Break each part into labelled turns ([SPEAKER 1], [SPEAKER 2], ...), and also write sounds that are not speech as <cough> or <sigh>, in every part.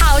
[SPEAKER 1] 好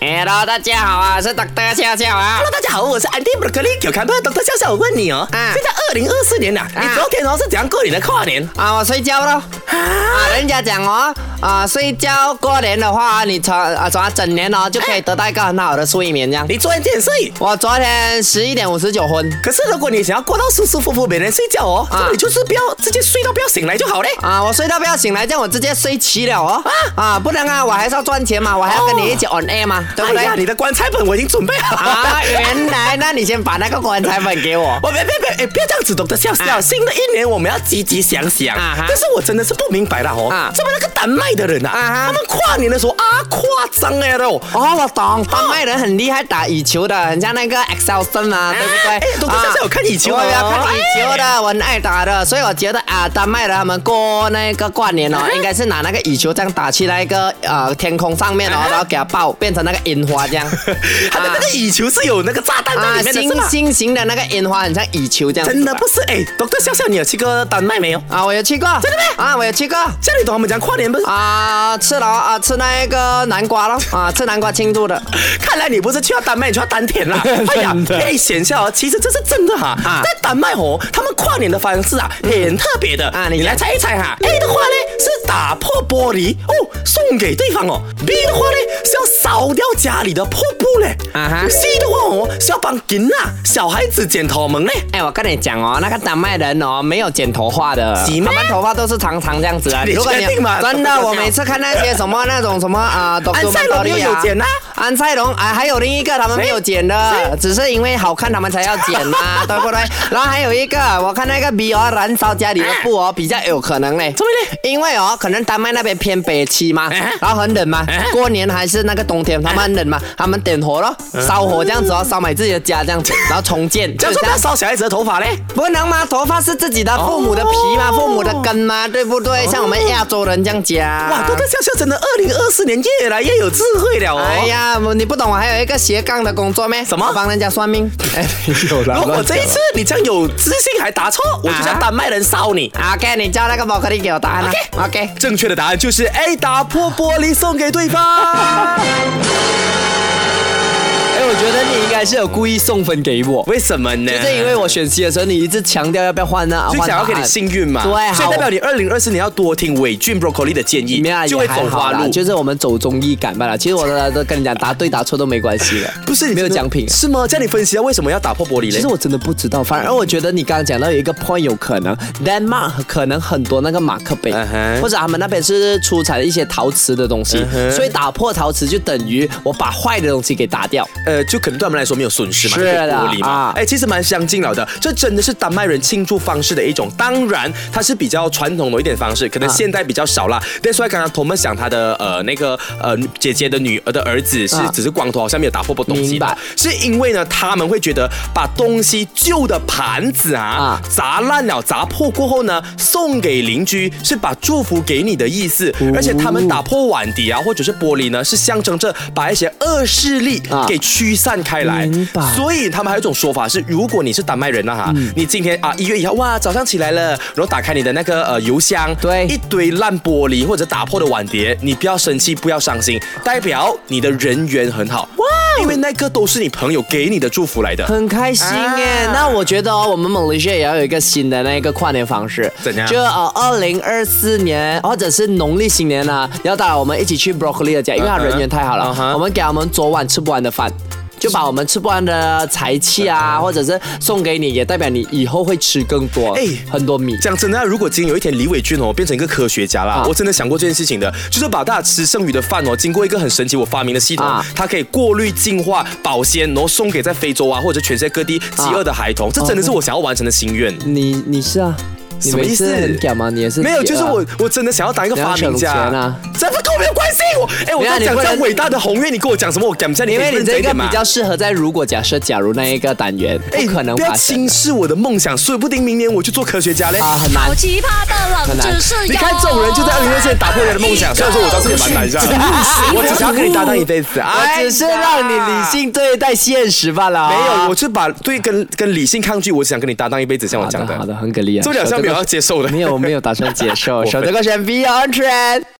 [SPEAKER 2] Hello，大家好啊，是 Dr. 笑笑啊
[SPEAKER 3] Hello，。大家好，我是 Andy Broccoli 有看到等等笑笑，我问你哦，
[SPEAKER 2] 啊
[SPEAKER 3] 现在二零二四年了，你
[SPEAKER 2] 啊
[SPEAKER 3] 昨天哦是怎样过你的跨年？
[SPEAKER 2] 啊，我睡觉咯。啊，人家讲哦，啊，睡觉过年的话，你从啊从整年哦就可以得到一个很好的睡眠这样。
[SPEAKER 3] 你昨天几点睡？
[SPEAKER 2] 我昨天十一点五十九分
[SPEAKER 3] 可是如果你想要过到舒舒服服每天睡觉哦，
[SPEAKER 2] 啊
[SPEAKER 3] 那你就是不要直接睡到不要醒来就好嘞。
[SPEAKER 2] 啊，我睡到不要醒来，这样我直接睡齐了哦。啊，不能啊，我还是要赚钱嘛，我还要跟你一起 on air 嘛，对不
[SPEAKER 3] 哎
[SPEAKER 2] 对？
[SPEAKER 3] 呀，你的棺材本我已经准备好了。
[SPEAKER 2] 啊，
[SPEAKER 3] <laughs>
[SPEAKER 2] 原来，那你先把那个棺材本给我。
[SPEAKER 3] 我别别别，哎，不要这样子，懂得笑笑。
[SPEAKER 2] 啊
[SPEAKER 3] 新的一年我们要积极想想。
[SPEAKER 2] 啊哈
[SPEAKER 3] 但是我真的是不明白了哦
[SPEAKER 2] 啊，
[SPEAKER 3] 怎么那个丹麦的人
[SPEAKER 2] 啊
[SPEAKER 3] 啊，
[SPEAKER 2] 哈
[SPEAKER 3] 他们跨年的时候啊，夸张哎喽。
[SPEAKER 2] 哦，我懂，丹麦人很厉害，打羽球的，很像那个 Excelson 啊，对不对？
[SPEAKER 3] 哎懂得
[SPEAKER 2] 啊
[SPEAKER 3] 笑笑有看羽球
[SPEAKER 2] 我
[SPEAKER 3] 的哦
[SPEAKER 2] 有看羽球的，我很爱打的，所以我觉得啊，丹麦人他们过那个跨年
[SPEAKER 3] 啊
[SPEAKER 2] 哦，应该是拿那个羽球这样打去那个呃天空上面哦，然后给它爆变成那个烟花这样。
[SPEAKER 3] 啊 <laughs> 他的那个羽球是有那个炸弹在
[SPEAKER 2] 啊，
[SPEAKER 3] 里面的，是
[SPEAKER 2] 星
[SPEAKER 3] 吗？
[SPEAKER 2] 星形的那个烟花很像羽球这样子吧。
[SPEAKER 3] 真的不是哎，懂得笑笑，你有去过丹麦没有？
[SPEAKER 2] 啊，我有去过。真的吗？啊，我有去过。
[SPEAKER 3] 这里懂他们讲跨年不是？
[SPEAKER 2] 啊，吃了啊，吃那个南瓜咯，啊，吃南瓜庆祝的。
[SPEAKER 3] 看来你不是去到丹麦，你去到丹田啦。哎呀
[SPEAKER 2] <laughs> 真，的
[SPEAKER 3] 哎，显笑哦，其实这是真的哈。
[SPEAKER 2] 啊
[SPEAKER 3] 在丹麦哦，他们跨年的方式啊，很特别的。
[SPEAKER 2] 啊
[SPEAKER 3] 你
[SPEAKER 2] 你讲
[SPEAKER 3] 来猜一猜哈。A 的话呢是打破玻璃哦，送给对方哦。B 的话呢是要扫掉家里的破布嘞。
[SPEAKER 2] 啊哈
[SPEAKER 3] C 的话哦是要帮囡啊小孩子剪头毛嘞。
[SPEAKER 2] 哎，我跟你讲哦，那个丹麦人哦，没有剪头发的，
[SPEAKER 3] 是吗
[SPEAKER 2] 他们头发都是长长这
[SPEAKER 3] <laughs>
[SPEAKER 2] 样子啊。
[SPEAKER 3] 你确定吗
[SPEAKER 2] 真的，
[SPEAKER 3] 懂不懂
[SPEAKER 2] 我每次看那些什么那种什么啊，懂
[SPEAKER 3] <laughs> 安塞龙又有剪啊
[SPEAKER 2] 安塞龙啊，还有另一个他们没有剪的，只是因为好看他们才要剪
[SPEAKER 3] <laughs>
[SPEAKER 2] 嘛，对不对？然后还有一个，我看那个 B 哦，燃烧家里的布哦，比较有可能嘞。
[SPEAKER 3] 怎么嘞？
[SPEAKER 2] 因为哦，可能丹麦那边偏北区嘛
[SPEAKER 3] 哎，
[SPEAKER 2] 然后很冷嘛
[SPEAKER 3] 哎，
[SPEAKER 2] 过年还是那个冬天，他们很冷嘛，他们点火咯，烧火这样子哦，烧满自己的家这样子，然后重建，
[SPEAKER 3] 这样说不
[SPEAKER 2] 就这样
[SPEAKER 3] 要烧小孩子的头发嘞。
[SPEAKER 2] 不能吗？头发是自己的父母的皮嘛，
[SPEAKER 3] 哦
[SPEAKER 2] 父母的根嘛，对不对？
[SPEAKER 4] 哦
[SPEAKER 2] 像我们亚洲人这样讲。
[SPEAKER 3] 哇，多多笑笑真的，二零二四年越来越有智慧了哦。
[SPEAKER 2] 哎呀，我你不懂，我还有一个斜杠的工作咩？
[SPEAKER 3] 什么
[SPEAKER 2] 我帮人家算命。哎，有啦
[SPEAKER 3] 如果这一次你这样有自信还答错，
[SPEAKER 4] 啊
[SPEAKER 3] 我就叫丹麦人烧你。
[SPEAKER 2] <laughs> OK，你叫那个宝克力给我答案啊。OK。
[SPEAKER 3] 正确的答案就是 A，打破玻璃送给
[SPEAKER 4] <laughs>
[SPEAKER 3] 对方。
[SPEAKER 4] 哎，我觉得你应该是有故意送分给
[SPEAKER 2] <laughs>
[SPEAKER 4] 我，
[SPEAKER 3] 为什么
[SPEAKER 2] 哎
[SPEAKER 3] 呢？
[SPEAKER 4] 就是因为我选 C 的时候，你一直强调要不要换呢？
[SPEAKER 3] 就
[SPEAKER 4] 换啊
[SPEAKER 3] 想要给
[SPEAKER 4] 答
[SPEAKER 3] 你
[SPEAKER 4] 案
[SPEAKER 3] 幸运嘛，
[SPEAKER 4] 对啊
[SPEAKER 3] 所以
[SPEAKER 4] 好
[SPEAKER 3] 代表你二零二四年要多听伟俊 Broccoli 的建议
[SPEAKER 4] 没有啦，
[SPEAKER 3] 就
[SPEAKER 4] 也
[SPEAKER 3] 会
[SPEAKER 4] 还
[SPEAKER 3] 走
[SPEAKER 4] 好
[SPEAKER 3] 花
[SPEAKER 4] 啦
[SPEAKER 3] 路。
[SPEAKER 4] 就是我们走综艺感罢了。其实我的都跟你讲，答对答错都没关
[SPEAKER 2] <laughs>
[SPEAKER 4] 系的，
[SPEAKER 3] 不是你
[SPEAKER 4] 没有
[SPEAKER 3] 真的
[SPEAKER 4] 奖品。啊
[SPEAKER 3] 是吗？叫你分析啊一下为什么要打破玻璃
[SPEAKER 4] 其
[SPEAKER 3] 嘞
[SPEAKER 4] 实？我真的不知道，反而我觉得你刚刚讲到有一个 point 有可能，Denmark 可能很多那个马克杯
[SPEAKER 3] 嗯哼嗯
[SPEAKER 4] 或者他们那边是出产一些陶瓷的东西所以打破陶瓷就等于我把坏的东西给打掉。
[SPEAKER 3] 呃，就可能对他们来说没有损失嘛，
[SPEAKER 4] 是
[SPEAKER 3] 就是
[SPEAKER 4] 的
[SPEAKER 3] 玻璃嘛
[SPEAKER 4] 啊。
[SPEAKER 3] 哎，其实蛮相近了的，这真的是丹麦人庆祝方式的一种。当然，它是比较传统的一点方式，可能现代比较少
[SPEAKER 4] 啊
[SPEAKER 3] 啦。但是刚刚同们想他的呃那个呃姐姐的女儿的儿子是
[SPEAKER 4] 啊
[SPEAKER 3] 只是光头，好像没有打破过东西
[SPEAKER 4] 明
[SPEAKER 3] 的
[SPEAKER 4] 白，
[SPEAKER 3] 是因为呢他们会觉得把东西旧的盘子啊
[SPEAKER 4] 啊
[SPEAKER 3] 砸烂了、砸破过后呢，送给邻居是把祝福给你的意思，
[SPEAKER 4] 哦
[SPEAKER 3] 而且他们打破碗底啊或者是玻璃呢，是象征着把一些恶势力
[SPEAKER 4] 啊
[SPEAKER 3] 给驱散开来。
[SPEAKER 4] 明白嗯
[SPEAKER 3] 所以他们还有一种说法是，如果你是丹麦人呐、哈，你今天啊一月一号哇早上起来了，然后打开你的那个呃邮箱，
[SPEAKER 4] 对
[SPEAKER 3] 一堆烂玻璃或者打破的碗碟，你不要生气，不要伤心，代表你的人缘很好哇，
[SPEAKER 4] 哦
[SPEAKER 3] 因为那个都是你朋友给你的祝福来的。
[SPEAKER 4] 很开心耶！
[SPEAKER 3] 啊
[SPEAKER 4] 那我觉得哦，我们马来西亚也要有一个新的那个跨年方式，
[SPEAKER 3] 怎样
[SPEAKER 4] 就呃，二零二四年或者是农历新年啊，要带我们一起去 Broccoli 的家，因为他
[SPEAKER 3] 嗯哼
[SPEAKER 4] 人缘太好了
[SPEAKER 3] 嗯哼
[SPEAKER 4] 我们给他们昨晚吃不完的饭。就把我们吃不完的财气啊，或者是送给你，也代表你以后会吃更多，
[SPEAKER 3] 嗯哎
[SPEAKER 4] 很多米。
[SPEAKER 3] 讲真的啊，如果今天有一天李伟俊哦变成一个科学家啦，
[SPEAKER 4] 啊
[SPEAKER 3] 我真的想过这件事情的，就是把大家吃剩余的饭哦，经过一个很神奇我发明的系统，
[SPEAKER 4] 啊
[SPEAKER 3] 它可以过滤、净化、保鲜，然后送给在非洲啊或者全世界各地饥饿的孩童，这真的是我想要完成的心愿。
[SPEAKER 4] 你你是啊，
[SPEAKER 2] 你
[SPEAKER 3] 什么
[SPEAKER 2] 每
[SPEAKER 3] 意
[SPEAKER 2] 次
[SPEAKER 3] 思？
[SPEAKER 2] 很屌吗？你也是
[SPEAKER 3] 没有，就是我
[SPEAKER 2] 屌啊，
[SPEAKER 3] 我真的想要当一个发明
[SPEAKER 2] 你
[SPEAKER 3] 家
[SPEAKER 2] 要省钱啊，
[SPEAKER 3] 真的跟我没有关系。我哎，我
[SPEAKER 2] 没有啊
[SPEAKER 3] 在
[SPEAKER 2] 你
[SPEAKER 3] 讲
[SPEAKER 2] 不
[SPEAKER 3] 这
[SPEAKER 2] 能
[SPEAKER 3] 样伟大的宏愿，你跟我讲什么？我敢不下你，
[SPEAKER 2] 因为你
[SPEAKER 3] 不能
[SPEAKER 2] 这
[SPEAKER 3] 一
[SPEAKER 2] 个
[SPEAKER 3] 点吗
[SPEAKER 2] 比较适合在如果假设假如那一个单元，
[SPEAKER 3] 哎，
[SPEAKER 2] 不可能
[SPEAKER 3] 不要
[SPEAKER 2] 发生
[SPEAKER 3] 轻视我的梦想，说不定明年我就做科学家嘞。
[SPEAKER 2] 啊，很难
[SPEAKER 1] 好。奇葩的
[SPEAKER 2] 很
[SPEAKER 1] 冷
[SPEAKER 2] 难
[SPEAKER 1] 知识哟。
[SPEAKER 3] 你看这种人就在二零二线打破人的梦
[SPEAKER 2] 哎
[SPEAKER 3] 想，虽然说我知道自己蛮难下
[SPEAKER 2] <laughs>
[SPEAKER 3] 的，我只想要跟你搭档一辈子啊！
[SPEAKER 2] 我只是让你理性啊对待现实罢了。
[SPEAKER 3] 没有，我是把对跟跟理性抗拒，我只想跟你搭档一辈子，像我
[SPEAKER 2] 好
[SPEAKER 3] 讲
[SPEAKER 2] 的
[SPEAKER 3] 的
[SPEAKER 2] <laughs> 好。的，很给力啊。
[SPEAKER 3] 这两项没有要接受的 <laughs>
[SPEAKER 2] 没有，我没有打算接受。
[SPEAKER 3] 分
[SPEAKER 2] 手这个选 B 安全。